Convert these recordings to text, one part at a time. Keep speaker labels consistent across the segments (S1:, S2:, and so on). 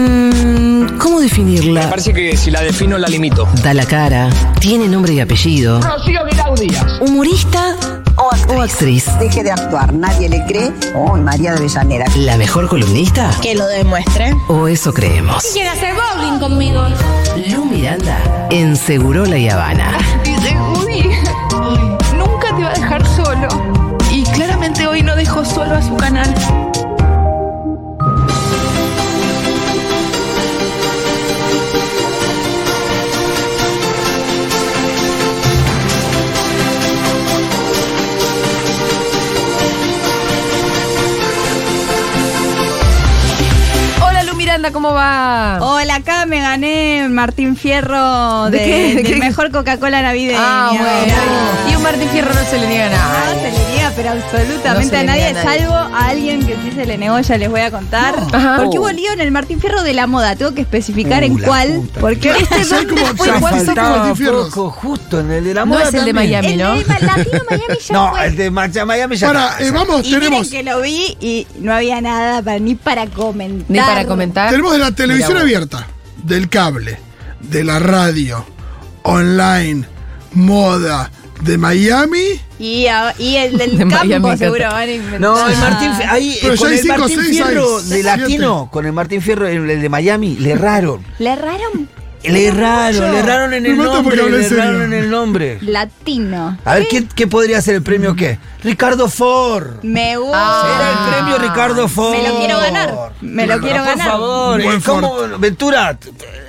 S1: Mm, ¿Cómo definirla?
S2: Parece que si la defino la limito.
S1: Da la cara, tiene nombre y apellido.
S2: Rocío Guirao Díaz.
S1: Humorista
S3: O actriz.
S1: o actriz.
S3: Deje de actuar, nadie le cree. Oh, María de Avellaneda.
S1: ¿La mejor columnista?
S4: Que lo demuestre.
S1: ¿O eso creemos?
S5: Quiere hacer bowling conmigo.
S1: Lu Miranda en Segurola y Habana.
S6: Ah,
S7: Dice, uy, nunca te va a dejar solo. Y claramente hoy no dejó solo a su canal.
S6: Hola Lu Miranda, ¿cómo va?
S8: Hola, acá me gané un Martín Fierro
S6: ¿De
S8: de,
S6: qué? ¿De
S8: del
S6: qué?
S8: mejor Coca-Cola navideña.
S6: ah, bueno. Y un Martín Fierro no se le niega nada.
S8: No se le niega, pero
S6: No se
S8: absolutamente
S6: le
S8: a
S6: niega
S8: nadie,
S6: a nadie.
S8: salvo a alguien que sí se le negó, ya les voy a contar.
S6: Ajá.
S8: Porque hubo lío en el Martín Fierro de la moda, tengo que especificar en cuál. Porque este
S9: ¿Sabes cómo
S8: fue
S9: se
S8: igual-
S9: faltaba
S2: Fierro.
S9: poco justo en el de la
S6: No
S9: moda
S6: es el de
S9: también?
S6: Miami,
S8: el
S6: ¿no?
S8: de Latino Miami ya
S9: No,
S8: fue.
S9: el de Macha- Miami ya
S10: Para,
S9: no.
S10: eh, vamos,
S8: Y miren
S10: tenemos,
S8: que lo vi y no había nada para- ni para comentar.
S6: Ni para comentar.
S10: tenemos de la televisión abierta, del cable, de la radio, online, moda, de Miami.
S8: Y, a- y el del
S6: De
S8: campo
S6: Miami,
S8: seguro
S6: encanta.
S8: van a inventar.
S9: No, el Martín Fierro, ahí, eh,
S10: Pero ya
S9: con
S10: hay
S9: el
S10: cinco,
S9: Martín
S10: seis,
S9: Fierro
S10: seis,
S9: de
S10: siete.
S9: latino, con el Martín Fierro, el, el de Miami, le erraron.
S8: ¿Le erraron?
S9: Le erraron, le erraron en
S10: Me
S9: el
S10: mata porque
S9: nombre,
S10: hablé
S9: le
S10: en serio.
S9: erraron en el nombre.
S8: Latino.
S9: A ver, ¿qué, qué podría ser el premio qué? Ricardo Ford.
S8: Me gusta.
S9: Ah. Era el premio Ricardo Ford.
S8: Me lo quiero ganar. Me lo quiero
S9: Por
S8: ganar.
S9: favor,
S10: Buen
S9: eh, ¿cómo? Ventura,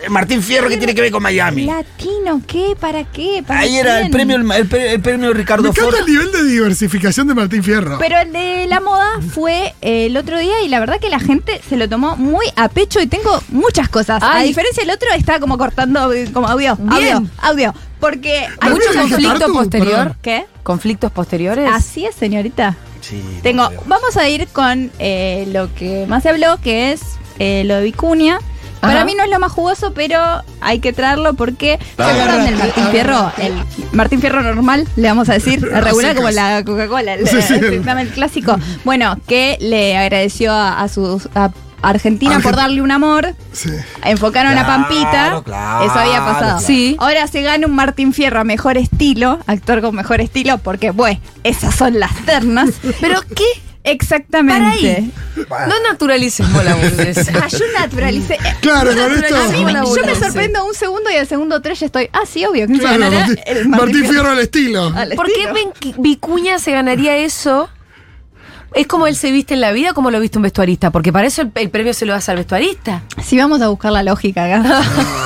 S9: eh, Martín Fierro, ¿qué tiene que ver con Miami?
S8: Latino, ¿qué? ¿Para qué? ¿Para
S9: Ahí era el
S8: quién?
S9: premio, el, ma- el pre- el premio
S10: Me
S9: Ricardo Ford.
S10: encanta el nivel de diversificación de Martín Fierro.
S8: Pero el de la moda fue eh, el otro día y la verdad que la gente se lo tomó muy a pecho y tengo muchas cosas. A
S6: Ay.
S8: diferencia del otro, estaba como cortando eh, como audio, audio,
S6: Bien.
S8: audio. Porque hay
S10: ¿También
S6: ¿Mucho
S10: le
S8: muchos
S10: dije
S6: conflicto
S10: Tartu?
S6: posterior?
S10: Perdón.
S8: ¿Qué?
S6: ¿Conflictos posteriores?
S8: Así es, señorita.
S9: Sí,
S8: Tengo,
S9: no creo.
S8: vamos a ir con eh, lo que más se habló, que es eh, lo de Vicuña. Para
S6: Ajá.
S8: mí no es lo más jugoso, pero hay que traerlo porque ¿se
S10: Agarra,
S8: acuerdan del
S10: agarra,
S8: Martín Fierro?
S10: agarra.
S8: El Martín Fierro normal, le vamos a decir,
S10: Así
S8: regular
S10: que
S8: como
S10: es.
S8: la Coca-Cola, el,
S10: Sí, sí.
S8: el certamen clásico. Bueno, que le agradeció a, a sus a Argentina por
S10: Argen-
S8: darle un amor.
S10: Sí.
S8: Enfocaron a
S9: Claro,
S8: Pampita.
S9: claro,
S8: Eso había pasado.
S9: claro.
S6: Sí.
S8: Ahora se gana un Martín Fierro a mejor estilo, actor con mejor estilo, porque, bueno, esas son las ternas.
S6: ¿Pero qué?
S8: Exactamente.
S6: Para ahí. No naturalicemos la
S8: Ah,
S6: burguesa.
S8: yo naturalicé. Eh,
S10: Claro, con
S6: Natural-
S10: esto.
S6: a mí me-
S10: Claro,
S8: Yo me
S6: naturalice.
S8: sorprendo un segundo y al segundo tres ya estoy. Ah, sí, obvio. que ganará
S10: Martín,
S8: el Ah,
S10: Martín Fierro al estilo.
S8: Al
S6: ¿Por qué
S8: estilo.
S6: ven que Vicuña se ganaría eso? ¿Es como él se viste en la vida o como lo viste un vestuarista? Porque para eso el, el premio se lo das al vestuarista.
S8: Si vamos a buscar la lógica acá.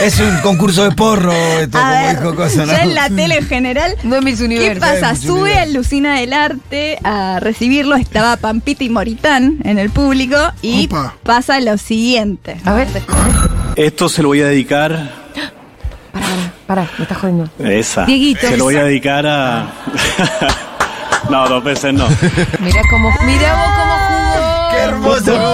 S9: Es un concurso de porro, esto,
S8: A
S9: como
S8: ver,
S9: dijo Cosa, ¿no?
S8: ya en la tele en general.
S6: No es Miss
S8: ¿Qué
S6: Universo.
S8: pasa?
S9: mucho
S8: Sube
S9: nivel.
S8: a Lucina del Arte a recibirlo. Estaba Pampita y Moritán en el público. Y
S10: Opa.
S8: pasa lo siguiente.
S6: A ver,
S2: Esto se lo voy a dedicar.
S6: pará, pará, me estás jodiendo.
S2: Esa.
S6: Dieguito.
S2: Se lo voy a dedicar a. no, no pensé, no.
S6: Mirá cómo, mirá vos cómo jugó.
S9: Qué hermoso, cómo lo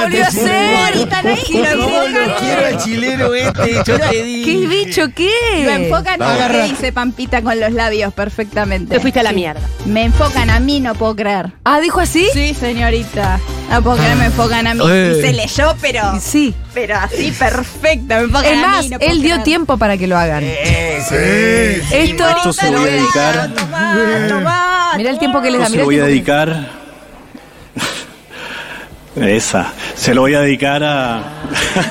S6: Oh,
S9: odiaba,
S6: volvió a
S9: te
S6: ser.
S9: juro.
S8: Moritán ahí y lo
S9: ¿Cómo lo
S8: enfocan.
S9: quiero al chileno este? Yo te
S6: ¿Qué
S9: di.
S6: bicho qué?
S8: Lo enfocan a lo que dice Pampita con los labios perfectamente.
S4: Te fuiste a la mierda.
S8: Me enfocan a mí, no puedo creer.
S6: Ah, ¿dijo así?
S8: Sí, señorita. No puedo creer, me enfocan a mí.
S9: Eh.
S8: Y se leyó, pero,
S6: Sí.
S8: pero así perfecta. Me enfocan
S6: Es
S8: a
S6: más,
S8: mí. no puedo
S6: él dio
S8: creer.
S6: tiempo para que lo hagan.
S9: Eh,
S10: Sí.
S6: Esto,
S2: Esto se lo voy a dedicar.
S8: Tomá, tomá,
S6: Mirá el tiempo que les
S2: Esto
S6: da.
S2: se
S6: Mirá
S2: lo
S6: el
S2: voy
S6: tiempo
S2: a
S6: que-
S2: dedicar. Esa. Se lo voy a dedicar a.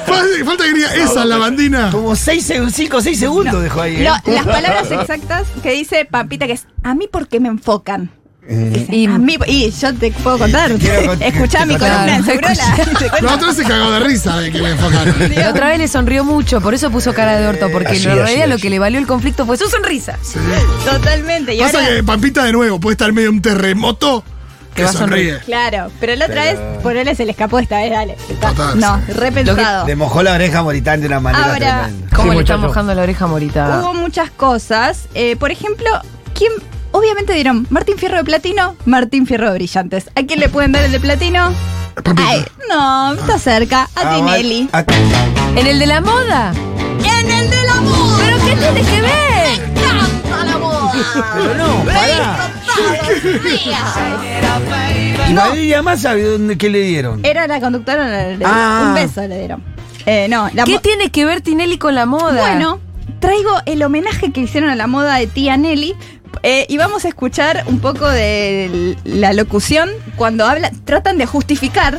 S10: Falta, falta que diga esa, la bandina.
S9: Como 5 o 6 segundos dejó ahí. ¿eh?
S8: No, las palabras exactas que dice Pampita, que es a mí porque me enfocan. Dice,
S6: Y-
S8: a mí, y yo te puedo contar.
S9: quiero con-
S8: Escuchá mi
S9: Claro,
S8: columna en Segurola.
S10: La otra se cagó de risa de que le enfocaron.
S6: La otra vez le sonrió mucho, por eso puso cara de orto, porque
S9: Así,
S6: en
S9: así,
S6: realidad lo
S9: así.
S6: que le valió el conflicto fue su sonrisa.
S8: Totalmente. Y
S10: Pasa
S8: ahora-
S10: que Pampita de nuevo puede estar medio un terremoto que
S6: va a sonreír.
S10: sonríe.
S8: Claro, pero la otra vez, por él se le escapó esta vez, dale. Está-
S10: Total,
S8: no,
S10: sí.
S8: repensado.
S9: Le mojó la oreja a Moritán de una manera
S8: Ahora-
S9: tremenda.
S6: ¿Cómo le está mojando la oreja
S1: Ah.
S6: morita?
S8: Hubo muchas cosas. Eh, por ejemplo, ¿quién? Obviamente dieron Martín Fierro de Platino, Martín Fierro de Brillantes. ¿A quién le pueden dar el de Platino?
S10: Pampita.
S8: Ay, no, está cerca. A
S9: Ah,
S8: Tinelli.
S9: va- a-
S6: ¿En el de la moda?
S8: ¡En el del amor!
S6: ¿Pero qué tiene que ver?
S8: ¡Me encanta la moda!
S9: Pero no, pará. ¿Y Valeria Massa ¿dónde- qué le dieron?
S8: Era la conductora, le- le-
S9: Ah.
S8: un beso le dieron. Eh, no, la
S6: ¿Qué
S8: mo-
S6: tiene que ver Tinelli con la moda?
S8: Bueno, traigo el homenaje que hicieron a la moda de tía Nelly. eh, y vamos a escuchar un poco de la locución cuando habla, tratan de justificar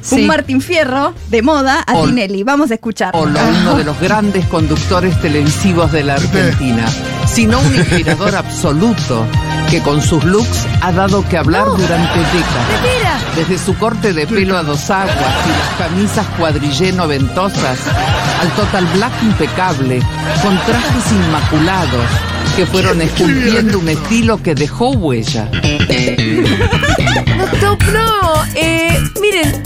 S6: Sí.
S8: un Martín Fierro de moda a
S1: Ol-
S8: Tinelli. Vamos a escuchar. Ah.
S1: Olo, uno de los grandes conductores televisivos de la Argentina, sino un inspirador absoluto que con sus looks ha dado que hablar durante décadas.
S8: Mira,
S1: Desde su corte de pelo a dos aguas y las camisas cuadrillé noventosas, al total black impecable, con trajes inmaculados que fueron esculpiendo un estilo que dejó huella.
S6: No, no, no, eh, miren,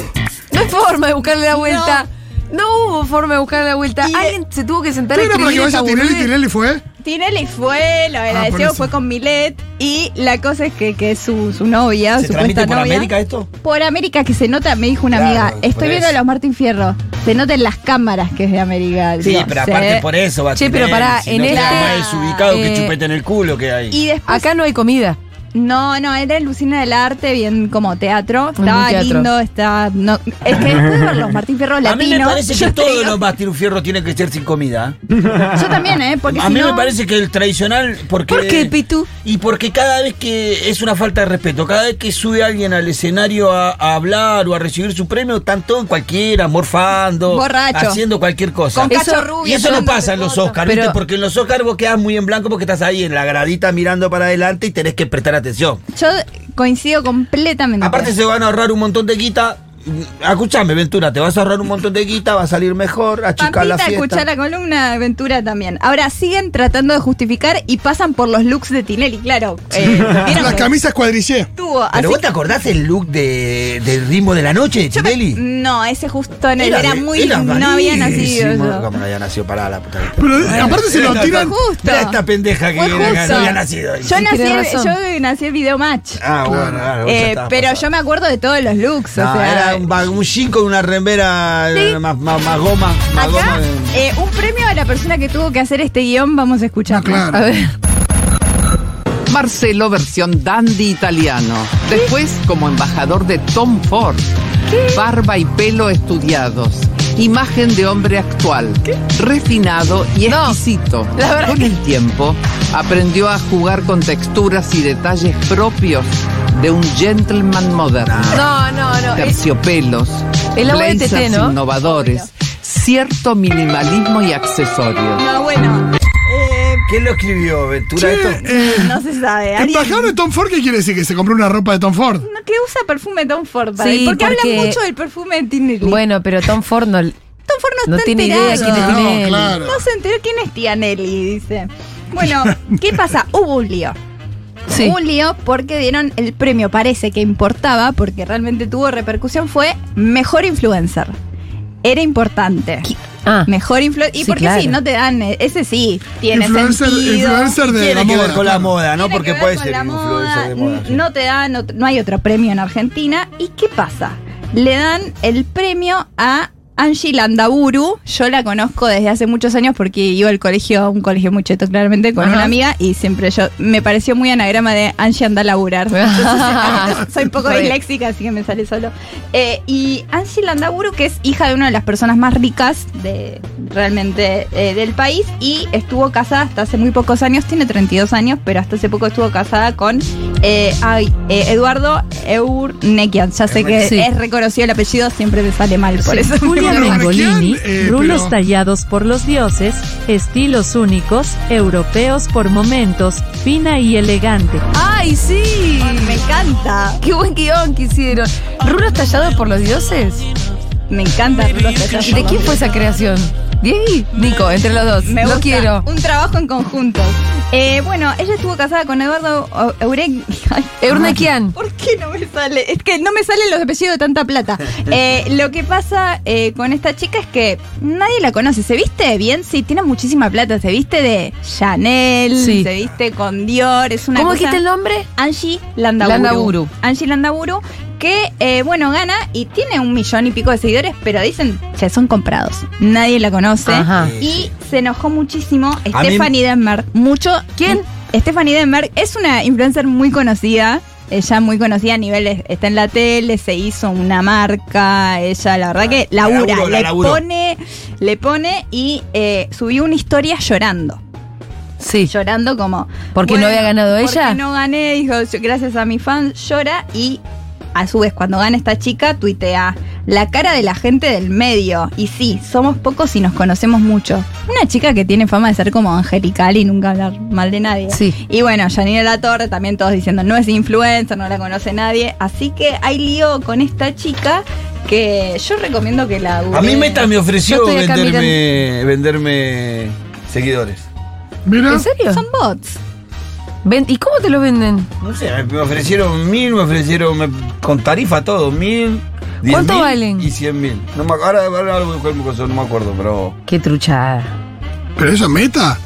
S6: no hay forma de buscarle la vuelta. No, hubo forma de buscarle la vuelta.
S8: Y-
S6: Alguien se tuvo que sentar a
S10: ¿Tú era para que
S6: escribir
S10: vaya
S6: esa
S10: a Tinelli?
S6: boludez.
S10: Tinelli fue. ¿eh?
S8: Tinelli fue, lo
S9: Ah,
S10: por
S8: agradeció,
S10: eso.
S8: fue con Milet. Y la cosa es que, que su, su novia,
S9: ¿Se
S8: supuesta
S9: transmite por
S8: novia.
S9: América esto?
S8: Por América, que se nota, me dijo una
S9: Claro,
S8: amiga,
S9: por
S8: estoy viendo
S9: eso.
S8: a los Martín Fierro, se nota en las cámaras que es de América.
S9: Sí,
S8: Digo,
S9: pero
S8: se-
S9: aparte por eso va a
S6: Che, pero
S9: Tinelli,
S6: pará,
S9: si
S6: en
S9: no
S6: este-
S9: está más desubicado
S6: eh,
S9: que chupete en el culo que hay.
S8: Y después
S6: Acá no hay comida.
S8: No, no, era Lucina del Arte, bien como teatro. Estaba
S6: teatro.
S8: lindo, está. No, es que después de ver los Martín Fierro
S9: a mí
S8: latinos.
S9: me parece
S8: yo
S9: que
S8: te
S9: todos
S8: digo-
S9: los Martín Fierro tienen que ser sin comida.
S8: Yo también, ¿eh? Porque
S9: a
S8: si
S9: mí
S8: no,
S9: me parece que el tradicional. Porque,
S6: ¿Por qué, Pitu?
S9: Y porque cada vez que. Es una falta de respeto. Cada vez que sube alguien al escenario a, a hablar o a recibir su premio, están todos en cualquiera, morfando.
S8: Borracho.
S9: Haciendo cualquier cosa.
S8: Con cacho
S6: Eso-
S8: rubio.
S9: Y eso no
S8: tomándote
S9: pasa en los
S8: fotos.
S9: Oscars,
S6: Pero-
S9: ¿viste? Porque en los Oscars vos quedás muy en blanco porque estás ahí en la gradita mirando para adelante y tenés que prestar atención.
S8: Yo coincido completamente.
S9: Aparte se van a ahorrar un montón de guita. Mm, Escuchame, Ventura, te vas a ahorrar un montón de guita, va a salir mejor, achicar
S8: Pampita,
S9: la fiesta.
S8: escuchá la columna de Ventura también. Ahora siguen tratando de justificar y pasan por los looks de Tinelli, claro. Eh, vieron
S10: Las
S8: que
S10: camisas cuadrillé.
S8: estuvo así-
S9: ¿Pero vos te acordás el look de, del ritmo de la noche de
S8: Yo me-
S9: Tinelli?
S8: No, ese justo en él era
S9: de-
S8: muy.
S9: era
S8: no había nacido
S9: malísimo.
S8: yo.
S9: ¿Cómo no había nacido? Pará, la puta. que te-
S10: Pero aparte se lo
S9: Era
S10: tiran.
S9: esta-
S8: Fue justo.
S9: era esta pendeja que
S8: Fue
S9: viene acá,
S8: justo.
S9: no había nacido.
S8: Yo
S6: Sí,
S8: nací, en-
S6: tenés razón.
S8: yo nací en Video Match.
S9: Ah, bueno, claro, vos ya
S8: Eh,
S9: estabas
S8: pero
S9: pasada.
S8: yo me acuerdo de todos los looks. o
S9: No,
S8: sea,
S9: era un, ba- un jean con una remera eh, más, más- más goma. Más goma
S8: acá,
S9: de-
S8: eh, un premio a la persona que tuvo que hacer este guión, vamos a escuchar.
S10: No, claro.
S8: A ver.
S1: Marcelo versión dandy italiano. Después como embajador de Tom Ford. Barba y pelo estudiados. Imagen de hombre actual, refinado y exquisito.
S6: la verdad
S1: Con el tiempo aprendió a jugar con texturas y detalles propios de un gentleman moderno.
S6: No, no, no. es-
S1: Terciopelos,
S6: Ah, ¿eh? El agua de
S1: blazers
S6: teté, ¿no?
S1: innovadores, cierto minimalismo y accesorios.
S8: No, bueno, Eh,
S9: ¿Quién lo escribió, Ventura? esto?
S8: no se sabe.
S10: eh, El
S8: Alguien
S10: pajaro de Tom Ford, ¿qué quiere decir? ¿Que se compró una ropa de Tom Ford?
S8: no- que usa perfume Tom Ford. ¿vale?
S6: Sí,
S8: porque,
S6: porque-
S8: hablan mucho del perfume de Tinelli.
S6: Bueno, pero Tom Ford no, no
S8: Tom Ford no, está
S6: tiene idea
S8: enterado.
S6: quién es
S10: No,
S6: Tinelli.
S10: claro.
S8: No se enteró quién es Tianelli, dice. Bueno, ¿qué pasa? Hubo un lío.
S6: Sí.
S8: Hubo un lío porque dieron el premio, parece que importaba, porque realmente tuvo repercusión, fue Mejor Influencer. Era importante.
S6: Ah,
S8: Mejor influencer. Y
S6: Sí,
S8: porque
S6: claro.
S8: sí, no te dan, eh, ese sí, tiene
S10: influencer,
S8: sentido.
S10: influencer de
S9: Tiene
S10: la
S9: que
S10: moda.
S9: ver con la moda, ¿no?
S8: Tiene
S9: Porque
S8: que ver
S9: puede
S8: con
S9: ser
S8: la
S9: un influencer de moda.
S8: moda,
S9: sí.
S8: No te dan, ot- no hay otro premio en Argentina. ¿Y qué pasa? Le dan el premio a Angie Landaburu. Yo la conozco desde hace muchos años porque iba al colegio, a un colegio muy cheto claramente, con
S6: Ajá.
S8: una amiga y siempre yo me pareció muy anagrama de Angie anda a laburar. Entonces, soy un poco
S6: Re.
S8: disléxica, así que me sale solo. Eh, y Angie Landaburu, que es hija de una de las personas más ricas de realmente eh, del país y estuvo casada hasta hace muy pocos años, tiene 32 años, pero hasta hace poco estuvo casada con eh, ay, eh, Eduardo Eurnequian. Ya sé que
S6: Sí.
S8: es reconocido el apellido, siempre me sale mal, por eso.
S11: Julia
S10: Bueno,
S11: Mengolini,
S10: Marquián, eh,
S11: rulos
S10: pero-
S11: tallados por los dioses, estilos únicos, europeos por momentos, fina y elegante.
S6: ¡Ay, sí!
S8: Me encanta,
S6: ¡Qué buen guión que hicieron! ¿Rulos tallados por los dioses?
S8: me encanta. Rulo Tallazo.
S6: ¿De quién fue esa creación? ¿Diego? Nico, entre los dos.
S8: Me
S6: lo
S8: gusta.
S6: quiero.
S8: Un trabajo en conjunto. Eh, bueno, ella estuvo casada con Eduardo Eurek.
S6: Eurnequian.
S8: ¿Por qué no me sale? Es que no me salen los apellidos de tanta plata. Eh, lo que pasa eh, con esta chica es que nadie la conoce. Se viste bien, sí, tiene muchísima plata. Se viste de Chanel,
S6: Sí.
S8: se viste con Dior, es una
S6: ¿Cómo
S8: cosa-
S6: dijiste el nombre?
S8: Angie Landaburu.
S6: Landaburu.
S8: Angie Landaburu, que, eh, bueno, gana y tiene un millón y pico de seguidores, pero dicen, ya son comprados. Nadie la conoce.
S9: Ah.
S6: Ajá.
S8: Y se enojó muchísimo
S9: A mí-
S8: Stephanie Denmer. Mucho.
S6: ¿Quién?
S8: Stephanie Denberg es una influencer muy conocida. Ella muy conocida a niveles, está en la tele, se hizo una marca, ella la verdad que
S12: La
S8: labura,
S12: laburó, la
S8: le
S12: laburó.
S8: pone, le pone y eh, subió una historia llorando.
S6: Sí.
S8: Llorando como.
S6: ¿Por qué no había ganado ella?
S8: Porque no gané, dijo, "Yo- gracias a mi fan, llora y a su vez cuando gana esta chica tuitea la cara de la gente del medio. Y sí, somos pocos y nos conocemos mucho. Una chica que tiene fama de ser como angelical y nunca hablar mal de nadie.
S6: Sí.
S8: Y bueno, Janine La Torre también todos diciendo no es influencer, no la conoce nadie. Así que hay lío con esta chica que yo recomiendo que la
S12: A mí
S8: googleen.
S12: Meta me ofreció
S6: Yo estoy acá
S12: venderme, venderme seguidores.
S10: Mira,
S6: ¿En serio?
S8: Son bots.
S6: Ven- ¿Y cómo te lo venden?
S12: No sé, me- me ofrecieron mil, me ofrecieron me- con tarifa todo, mil. diez
S6: ¿Cuánto
S12: mil
S6: valen?
S12: Y cien mil. No me, ac- ahora, ahora voy a buscar mi cosa, no me acuerdo, pero.
S6: Qué truchada.
S10: pero eso meta.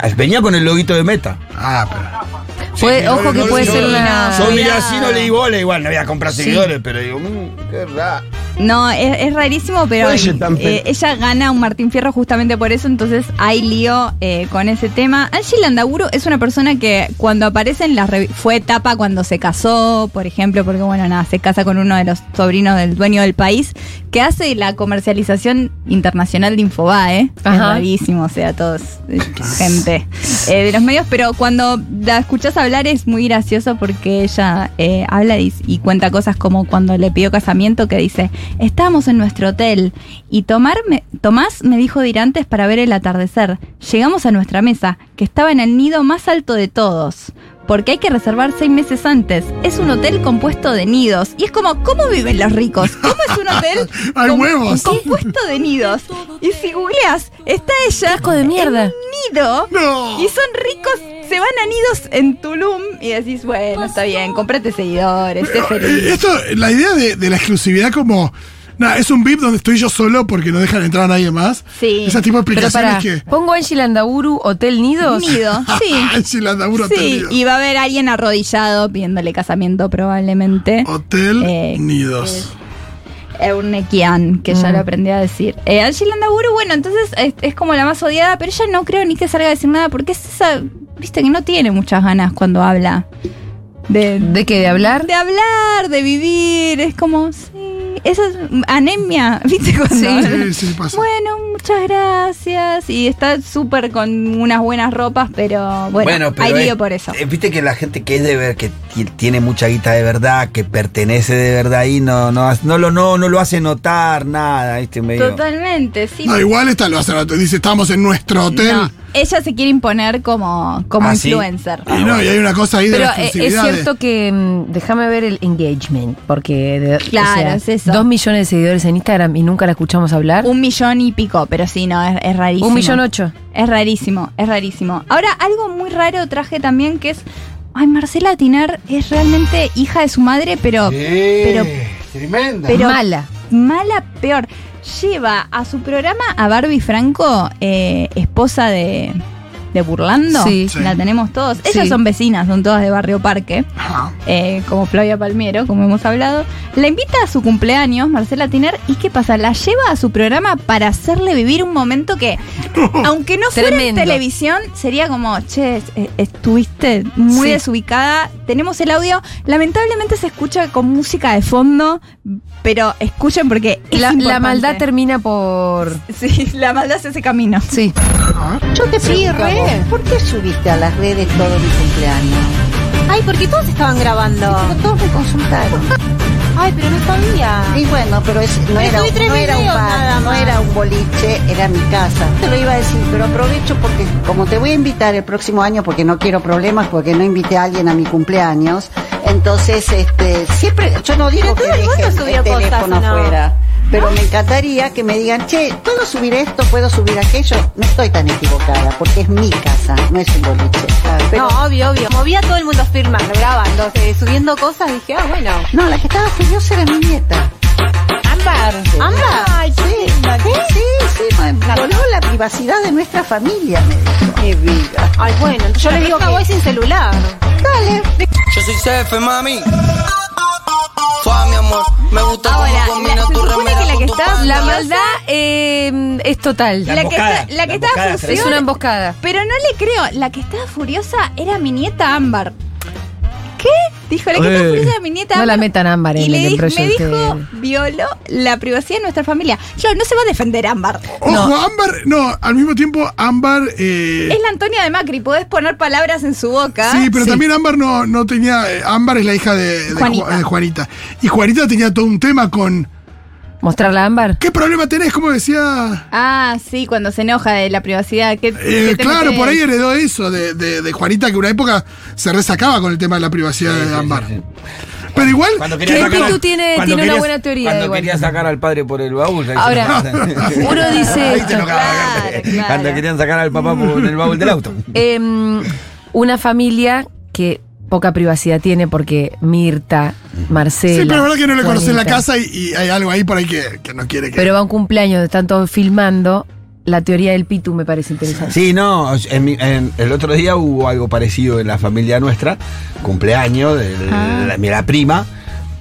S12: Ah, Venía con el loguito de Meta.
S10: Ah, pero.
S6: Puede-
S12: no,
S6: ojo
S12: no,
S6: que
S12: no,
S6: puede
S12: no,
S6: ser
S12: no,
S6: la.
S12: Yo mira así, no le di bola, igual, no voy a comprar seguidores, pero digo, mmm, qué raro.
S8: No, es, es rarísimo, pero
S12: Oye, tan
S8: eh, ella gana un Martín Fierro justamente por eso, entonces hay lío eh, con ese tema. Angie Landaburu es una persona que cuando aparece en las revi- fue etapa cuando se casó, por ejemplo, porque bueno, nada, se casa con uno de los sobrinos del dueño del país, que hace la comercialización internacional de Infobae. ¿eh? Es
S6: Ajá.
S8: rarísimo, o sea, todos eh, gente eh, de los medios, pero cuando la escuchás hablar es muy gracioso porque ella eh, habla y, y cuenta cosas como cuando le pidió casamiento que dice, estábamos en nuestro hotel y Tomar me- Tomás me dijo de ir antes para ver el atardecer. Llegamos a nuestra mesa, que estaba en el nido más alto de todos. Porque hay que reservar seis meses antes. Es un hotel compuesto de nidos. Y es como, ¿cómo viven los ricos? ¿Cómo es un hotel
S10: Hay huevos.
S8: compuesto de nidos? Y si googleas, está ella
S6: Asco de mierda.
S8: nido
S10: ¡No!
S8: y son ricos, se van a nidos en Tulum y decís, bueno, está bien, cómprate seguidores, sé
S10: Eh,
S8: feliz.
S10: Esto, la idea de, de la exclusividad como. Nah, es un VIP donde estoy yo solo porque no dejan entrar a nadie más.
S8: Sí.
S10: Ese tipo de
S6: Pero
S10: aplicaciones
S6: para,
S10: que.
S6: pongo Angie Landaburu, Hotel Nidos.
S8: Nido, sí.
S10: Sí, la andadura
S8: Sí, y va a haber alguien arrodillado pidiéndole casamiento probablemente.
S10: Hotel
S8: Eh,
S10: Nidos.
S8: Eurnequian, que ya
S6: Mm.
S8: lo aprendí a decir. Eh, Angie Landaburu, bueno, entonces es, es como la más odiada, pero ella no creo ni que salga a decir nada porque es esa, viste, que no tiene muchas ganas cuando habla. De,
S6: ¿De qué? ¿De hablar?
S8: de hablar, de vivir, es como, sí, esa es anemia, ¿viste? Cuando
S10: Sí, sí, pasa.
S8: eh, Bueno, muchas gracias. Y está súper con unas buenas ropas, pero bueno, hay lío
S12: es-
S8: por eso.
S12: eh, Viste que la gente que es de ver, que ti- tiene mucha guita de verdad, que pertenece de verdad ahí, no, no, ha- no, lo, no, no lo hace notar nada, viste, medio.
S8: Totalmente, sí.
S10: No, igual esta lo hace rato. Dice, estamos en nuestro hotel.
S8: No, ella se quiere imponer como, como
S12: Ah, ¿sí?
S8: influencer.
S10: Y no, y hay una cosa ahí de
S6: Pero
S10: la
S6: eh, es
S10: exclusividad. de-
S6: cierto que mm, déjame ver el engagement, porque de-
S8: Claro, es eso.
S6: dos millones de seguidores en Instagram y nunca la escuchamos hablar.
S8: Un millón y pico, pero sí, no, es, es rarísimo.
S6: Un millón ocho.
S8: Es rarísimo, es rarísimo. Ahora, algo muy raro traje también que es. Ay, Marcela Tinar es realmente hija de su madre, pero. pero
S13: Tremenda.
S8: Pero-
S6: Mala.
S8: mala peor. Lleva a su programa a Barbie Franco, eh, esposa de, de Burlando.
S6: Sí.
S8: La tenemos todos.
S6: Sí.
S8: Ellas son vecinas, son todas de Barrio Parque,
S10: Ajá.
S8: eh, como Flavia Palmiero, como hemos hablado. La invita a su cumpleaños, Marcela Tiner, y ¿qué pasa? La lleva a su programa para hacerle vivir un momento que, aunque no fuera
S6: Tremendo.
S8: en televisión, sería como, che, es- eh, estuviste muy
S6: Sí.
S8: desubicada. Tenemos el audio. Lamentablemente se escucha con música de fondo, pero escuchen porque es
S6: La, la
S8: importante.
S6: maldad termina por.
S8: Sí, la maldad se hace camino.
S6: Sí.
S3: Yo te pido, ¿por qué subiste a las redes todo mi cumpleaños?
S13: Ay, porque todos estaban grabando.
S3: Todos me consultaron.
S13: Ay, pero no sabía.
S3: Y bueno, pero es- no, era,
S13: subí tres
S3: no era un
S13: videos nada
S3: bar, no
S13: más.
S3: era un boliche, era mi casa. Te lo iba a decir, pero aprovecho porque como te voy a invitar el próximo año, porque no quiero problemas, porque no invité a alguien a mi cumpleaños, entonces este siempre, yo no digo
S13: Pero todo
S3: que
S13: el mundo
S3: dejen
S13: subió
S3: el teléfono
S13: cosas, ¿no?
S3: afuera. Pero me encantaría que me digan, che, ¿puedo subir esto? ¿Puedo subir aquello? No estoy tan equivocada, porque es mi casa, no es un boliche.
S13: No,
S3: Pero
S13: obvio, obvio. Movía a todo el mundo firmando, grabando, eh, subiendo cosas. Dije, ah, bueno.
S3: No, la que estaba furiosa era mi nieta.
S13: Ámbar. Ámbar.
S3: Ay, sí, sí, sí, ma- violó la privacidad de nuestra familia, me dijo. Qué vida.
S13: Ay, bueno. entonces Yo le digo que voy sin celular.
S3: Dale.
S12: Yo soy mami.
S8: Ahora, la- se Ah, supone que la
S13: que está
S6: La maldad eh, es total.
S8: La, que, está, la que estaba furiosa.
S6: Es una emboscada.
S8: Pero no le creo, la que estaba furiosa era mi nieta Ámbar. ¿Qué? Dijo, la que estaba
S6: Eh.
S8: furiosa era mi nieta
S6: No
S8: Ámbar.
S6: la metan ámbar
S8: Y
S6: en
S8: le
S6: el
S8: di- me
S6: proyecto.
S8: dijo, violó la privacidad de nuestra familia. Yo, no se va a defender Ámbar.
S10: Ojo, Ámbar, no, al mismo tiempo Ámbar. eh,
S8: Es la Antonia de Macri, podés poner palabras en su boca.
S10: Sí, pero también Ámbar no, no tenía. eh, Ámbar es la hija de, de Ju-
S8: Juanita.
S10: de Juanita. Y Juanita tenía todo un tema con.
S6: ¿Mostrarla a Ámbar?
S10: ¿Qué problema tenés? Como decía.
S8: Ah, sí, cuando se enoja de la privacidad. ¿qué-
S10: Eh,
S8: qué te
S10: claro,
S8: metes?
S10: por ahí heredó eso de, de- de Juanita, que una época se resacaba con el tema de la privacidad de Ámbar. Pero igual.
S12: Cuando quería
S10: ¿qué
S12: sacar
S10: actitud
S12: al-
S6: tiene-
S12: cuando
S6: tiene una
S12: querías-
S6: buena teoría
S12: Cuando
S6: igual.
S12: quería sacar al padre por el baúl. ahí
S6: Ahora,
S12: se enojaron.
S6: uno dice
S12: Ahí
S6: esto.
S12: se enojaban. Cuando querían sacar al papá por el baúl del auto.
S6: Em, una familia que poca privacidad tiene porque Mirta, Marcela.
S10: Sí, pero es verdad que no le
S6: Juanita.
S10: conoces la casa y, y hay algo ahí por ahí que, que no quiere que.
S6: Pero va un cumpleaños, están todos filmando. La teoría del Pitu me parece interesante.
S9: Sí, no, en mi- en- el otro día hubo algo parecido en la familia nuestra, cumpleaños de
S6: Ah.
S9: la, de la prima,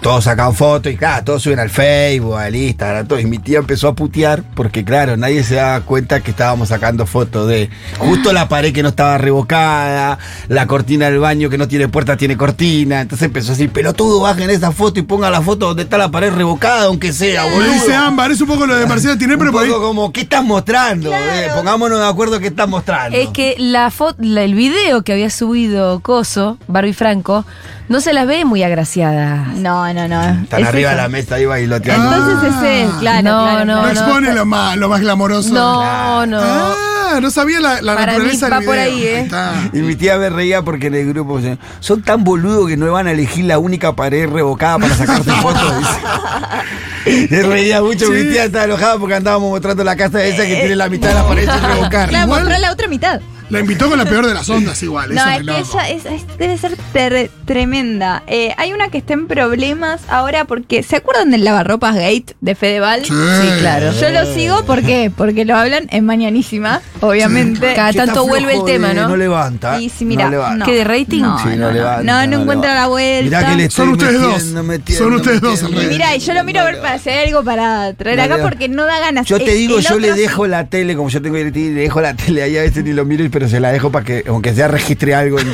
S9: todos sacan fotos y claro, todos suben al Facebook, al Instagram, todo, y mi tía empezó a putear porque claro, nadie se daba cuenta que estábamos sacando fotos de justo la pared que no estaba revocada, la cortina del baño que no tiene puerta tiene cortina, entonces empezó a decir, pelotudo, bajen esa foto y pongan la foto donde está la pared revocada, aunque sea,
S10: Lo
S9: boludo.
S10: dice Ámbar, es un poco lo de Marcela Tiner, pero por ahí.
S9: como, ¿qué estás mostrando? Eh, pongámonos de acuerdo qué estás mostrando.
S6: Es que la fo- la- el video que había subido Coso, Barbie Franco, no se las ve muy agraciadas.
S8: No, no, no.
S9: Están arriba de la mesa ahí
S10: Ah.
S9: bailoteando.
S8: Entonces ese es, claro.
S6: No,
S8: claro,
S6: no,
S10: No,
S8: claro.
S10: expone lo, más, lo más glamoroso.
S6: No, no.
S10: Ah, no sabía la, la
S6: Para mí
S10: naturaleza
S6: va
S10: del
S6: por
S10: video.
S6: ahí, ¿eh?
S10: está.
S9: Ah. Y mi tía me reía porque en el grupo decían, son tan boludos que no van a elegir la única pared revocada para sacar tu foto. dice. Me reía mucho, mi tía estaba enojada porque andábamos mostrando la casa esa que tiene la mitad de la pared sin revocar.
S8: Claro,
S10: Igual-
S8: mostró la otra mitad.
S10: La invitó con la peor de las ondas, igual.
S8: No,
S10: eso me
S8: es que
S10: lo-
S8: ella es- es- debe ser ter- tremenda. Eh, hay una que está en problemas ahora porque. ¿Se acuerdan del lavarropas Gate de Fedeval?
S10: Sí. Sí,
S6: claro.
S8: Yo lo sigo porque, porque lo hablan en Mañanísima, obviamente.
S6: Cada
S9: Che, está
S6: tanto vuelve el
S9: flojo
S6: tema,
S9: de-
S6: ¿no?
S9: No levanta.
S8: Y si mira,
S9: no levanta.
S8: no.
S6: ¿Qué, de rating?
S8: No,
S9: Sí, no
S8: no, no,
S9: levanta,
S8: no, no
S9: no
S8: encuentra
S9: levanta.
S8: la vuelta.
S9: Mirá que le estoy
S10: Son ustedes dos.
S9: metiendo, metiendo,
S10: Son ustedes dos,
S9: metiendo.
S8: Y
S10: Alfredo.
S8: mira, y yo lo miro a ver para hacer algo para traer
S9: No
S8: acá
S9: leo.
S8: porque no da ganas.
S9: Yo te
S8: El-
S9: digo,
S8: el
S9: yo le
S8: otro sí.
S9: dejo la tele, como yo tengo DirecTV, le dejo la tele ahí a veces ni lo miro, pero se la dejo para que, aunque sea registre algo en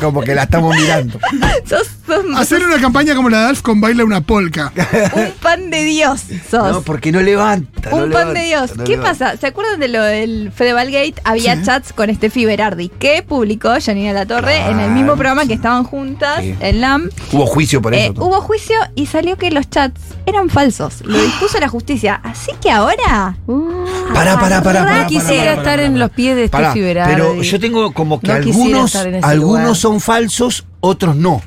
S9: como que la estamos mirando.
S8: Sos, sos
S10: Hacer una campaña como la de Alf con baila una polca.
S8: un pan de Dios. Sos.
S9: No, porque no levanta.
S8: Un
S9: no
S8: pan de
S9: levanta,
S8: Dios.
S9: no
S8: ¿Qué
S9: levanta.
S8: pasa? ¿Se acuerdan de lo del Fedeval Gate? Había chats con Steffi Berardi que publicó Janina La Torre en el mismo
S9: Claro,
S8: programa que estaban juntas
S9: Sí.
S8: en LAM.
S9: Hubo juicio por
S8: Eh,
S9: eso.
S8: hubo juicio y salió que los chats eran falsos. Lo dispuso la justicia. Así que ahora.
S9: Pará, pará, pará,
S6: Pará,
S9: pará.
S6: quisiera
S9: pará, pará,
S6: estar en los pies de este
S9: pará.
S6: Steffi Berardi.
S9: Pero yo tengo como que
S6: No quisiera
S9: algunos,
S6: estar en ese lugar.
S9: algunos son falsos, otros no.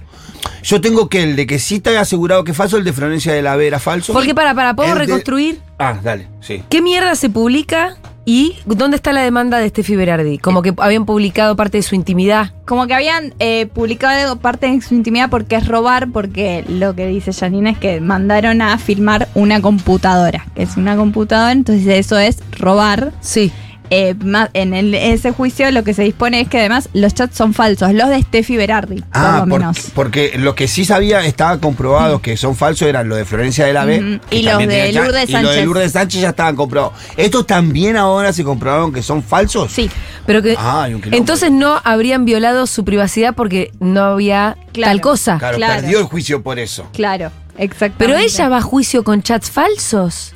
S9: Yo tengo que el de que sí está asegurado que es falso, el de Florencia de la Vera falso.
S6: Porque para, para, ¿puedo
S9: El de-
S6: reconstruir?
S9: Ah, dale, sí.
S6: ¿Qué mierda se publica y dónde está la demanda de Steffi Berardi? Como que habían publicado parte de su intimidad.
S8: Como que habían eh, publicado parte de su intimidad porque es robar, porque lo que dice Janina es que mandaron a filmar una computadora, que es una computadora, entonces eso es robar.
S6: Sí.
S8: Eh, ma- en el- ese juicio lo que se dispone es que además los chats son falsos, los de Steffi Berardi,
S9: Ah,
S8: por lo
S9: por-
S8: menos.
S9: porque, lo que sí sabía estaba comprobado que son falsos eran los de Florencia de la B
S8: Ujú.
S9: que
S8: Y los
S9: también
S8: de
S9: tenían ya-
S8: Lourdes
S9: Y los de
S8: Sánchez.
S9: Lourdes Sánchez ya estaban comprobados. ¿Estos también ahora se comprobaron que son falsos?
S8: Sí,
S6: Pero que
S9: Ah, hay un quilombo.
S6: entonces no habrían violado su privacidad porque no había
S8: Claro.
S6: tal cosa.
S9: Claro,
S8: Claro.
S9: perdió el juicio por eso.
S8: claro, exactamente.
S6: Pero ella va a juicio con chats falsos.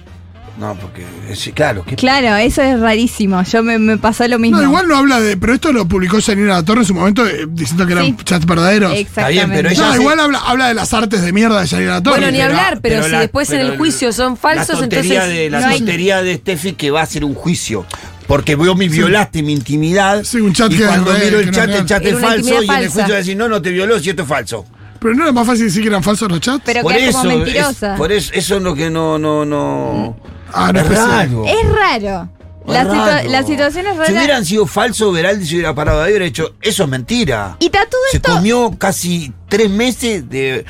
S9: No, porque. eh, sí, claro, que
S8: Claro, eso es rarísimo. Yo me, me pasó lo mismo.
S10: No, igual no habla de. Pero esto lo publicó Janina La Torre en su momento eh, diciendo que eran
S8: Sí.
S10: chats verdaderos.
S9: Está bien, pero
S8: Exactamente.
S9: ella.
S10: No,
S9: se-
S10: igual habla, habla de las artes de mierda de Janina La Torre.
S6: Bueno, ni
S9: pero-
S6: hablar, pero,
S9: pero
S6: si
S9: la-
S6: después en
S9: pero
S6: el juicio son falsos,
S9: la
S6: entonces.
S9: tontería De, la
S8: no hay-
S9: tontería de Steffi que va a ser un juicio. Porque vos me violaste mi intimidad.
S10: Sí, un chat
S9: y
S10: que
S9: cuando
S10: es real,
S9: miro
S10: que
S9: el
S10: no
S9: chat,
S10: es real.
S9: el chat
S6: Era
S9: es
S6: una
S9: falso.
S6: intimidad
S9: Y en el
S6: falsa.
S9: juicio va a decir, no, no te violó, si esto es falso.
S10: Pero no era más fácil decir que eran falsos los chats.
S8: Pero
S9: por
S8: queda
S9: eso,
S8: como mentirosa.
S9: es- por eso, eso es lo que no, no, no.
S10: Ah, no
S9: es
S10: especial.
S9: raro.
S8: Es raro. La,
S9: Es
S8: situa-
S9: raro.
S8: la situación es rara.
S9: Si hubieran sido falsos, Veraldi se hubiera parado ahí y hubiera hecho, eso es mentira.
S8: Y está todo
S9: se
S8: esto.
S9: comió casi tres meses de.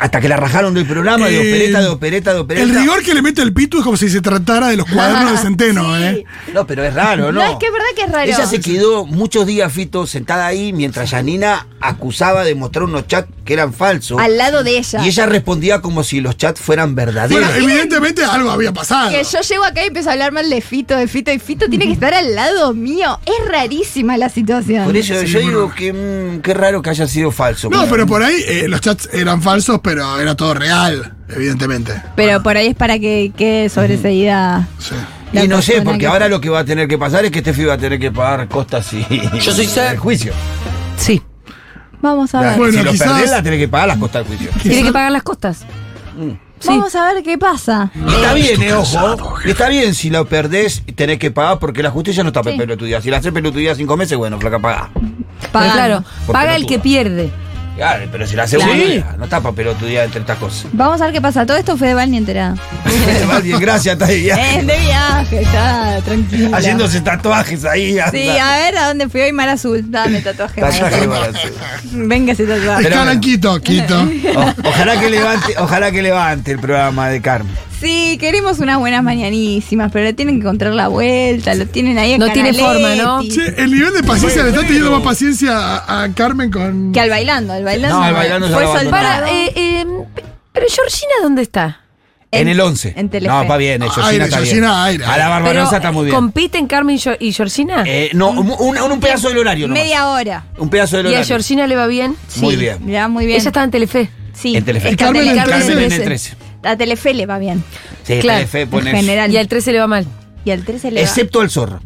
S9: Hasta que la rajaron del programa, de
S10: Eh,
S9: opereta, de opereta, de opereta.
S10: El rigor que le mete el pitu es como si se tratara de los cuadernos de centeno, ¿eh?
S9: No, pero es raro, ¿no?
S8: No, es que es verdad que es raro.
S9: Ella se quedó muchos días, Fito, sentada ahí mientras Janina acusaba de mostrar unos chats que eran falsos.
S8: Al lado de ella.
S9: Y ella respondía como si los chats fueran verdaderos.
S10: Bueno, evidentemente algo había pasado.
S8: Que yo llego acá y empiezo a hablar mal de Fito, de Fito, y Fito tiene que estar al lado mío. Es rarísima la situación.
S9: Por eso yo digo que mm, qué raro que haya sido falso.
S10: No, pero por ahí eh, los chats eran falsos, pero era todo real, evidentemente.
S8: Pero por ahí es para que quede sobreseída. la
S9: Y no sé,
S8: persona
S9: porque
S8: que-
S9: ahora lo que va a tener que pasar es que Steffi va a tener que pagar costas y.
S12: Yo soy ser-
S9: el juicio.
S6: Sí.
S8: Vamos a ver.
S9: Claro, si lo
S10: quizás-
S9: perdés, la tenés que pagar las costas del juicio.
S6: Tiene que pagar las costas.
S8: Vamos a ver qué pasa.
S9: Y Está bien, eh, ojo. y Está bien si lo perdés y tenés que pagar porque la justicia no está para pelotudía. Si la haces pelotudía cinco meses, bueno, flaca, pagá.
S6: Paga, claro,
S9: Por
S6: paga el
S9: pelotuda.
S6: que pierde.
S9: Claro, pero si la haces
S6: Claro.
S9: un día, no está para pelotudía entre estas cosas.
S8: Vamos a ver qué pasa. Todo esto Fedeval ni enterada.
S9: Bien, gracias, está ahí, ya.
S8: Es de viaje, está tranquila.
S9: Haciéndose tatuajes ahí. anda.
S8: Sí, a ver a dónde fui hoy Mar Azul. Dame tatuaje. Mar
S9: Tatuaje
S8: Azul.
S9: para hacer.
S8: Venga ese tatuaje.
S9: Pero
S10: Escala
S9: bueno.
S10: en Quito, Quito.
S9: O- ojalá que levante, ojalá que levante el programa de Carmen.
S8: Sí, queremos unas buenas mañanísimas, pero le tienen que encontrar la vuelta, lo tienen ahí en
S6: No tiene forma, ¿no?
S8: Canaletti.
S10: Che, el nivel de paciencia le está teniendo más paciencia a, a Carmen con.
S8: Que al bailando, al bailando.
S9: No, al bailando ya
S8: fue
S9: lo abandonó.
S8: soltado.
S6: Para, eh, eh, pero Georgina, ¿dónde está?
S9: En, el 11.
S8: en Telefe.
S9: no, está bien, eh, Georgina
S10: Aire,
S9: está bien.
S10: Georgina, aire.
S9: A la
S6: Pero,
S9: Barbarosa está muy bien.
S6: ¿Compiten Carmen y Gio- y Georgina?
S9: Eh, no, un, un- un pedazo del horario nomás.
S8: Media hora.
S9: Un pedazo del
S6: ¿Y a
S9: horario.
S6: Georgina le va bien?
S9: Muy
S8: Sí,
S9: bien.
S8: Le va muy bien.
S6: Ella estaba en Telefe.
S8: sí,
S9: En Telefe.
S8: está
S10: Carmen
S8: Tele-
S10: en
S9: Carmen
S10: Telefe.
S9: en el 13.
S8: A Telefe E le va bien.
S9: Sí,
S6: Claro,
S9: Telefe
S8: en
S9: E pones-
S8: general.
S6: Y al 13 le va mal.
S8: Y al 13 le va.
S9: Excepto al zorro.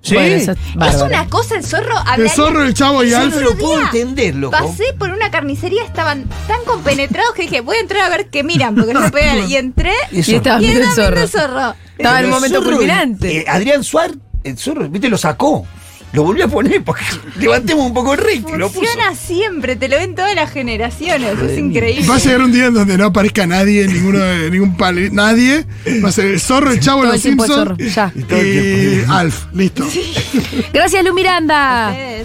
S9: Sí.
S6: Bueno, eso es
S8: es
S6: bárbaro.
S8: una cosa el zorro hablar.
S10: El zorro, el chavo y
S9: Yo
S10: Alf.
S9: no lo puedo entender, loco.
S8: Pasé por una carnicería, estaban tan compenetrados que dije, voy a entrar a ver qué miran, porque no se podía ver. Y entré
S9: Y
S6: Y estaba
S8: y
S6: viendo el
S8: era
S6: zorro.
S8: viendo el zorro.
S6: Estaba en un
S9: Pero
S6: momento
S9: Zorro,
S6: culminante.
S9: eh, Adrián Suárez, el zorro, viste, lo sacó. Lo volvió a poner porque levantemos un poco el rating. Lo puso.
S8: Funciona siempre, te lo ven todas las generaciones, es increíble.
S10: Va a llegar un día en donde no aparezca nadie, ninguno de ningún pali, nadie. Va a ser el zorro, el chavo,
S6: Todo
S10: los
S6: el tiempo el
S10: Simpsons.
S6: zorro, ya.
S10: Y Alf, listo.
S6: Gracias, Lu Miranda.
S8: Eh,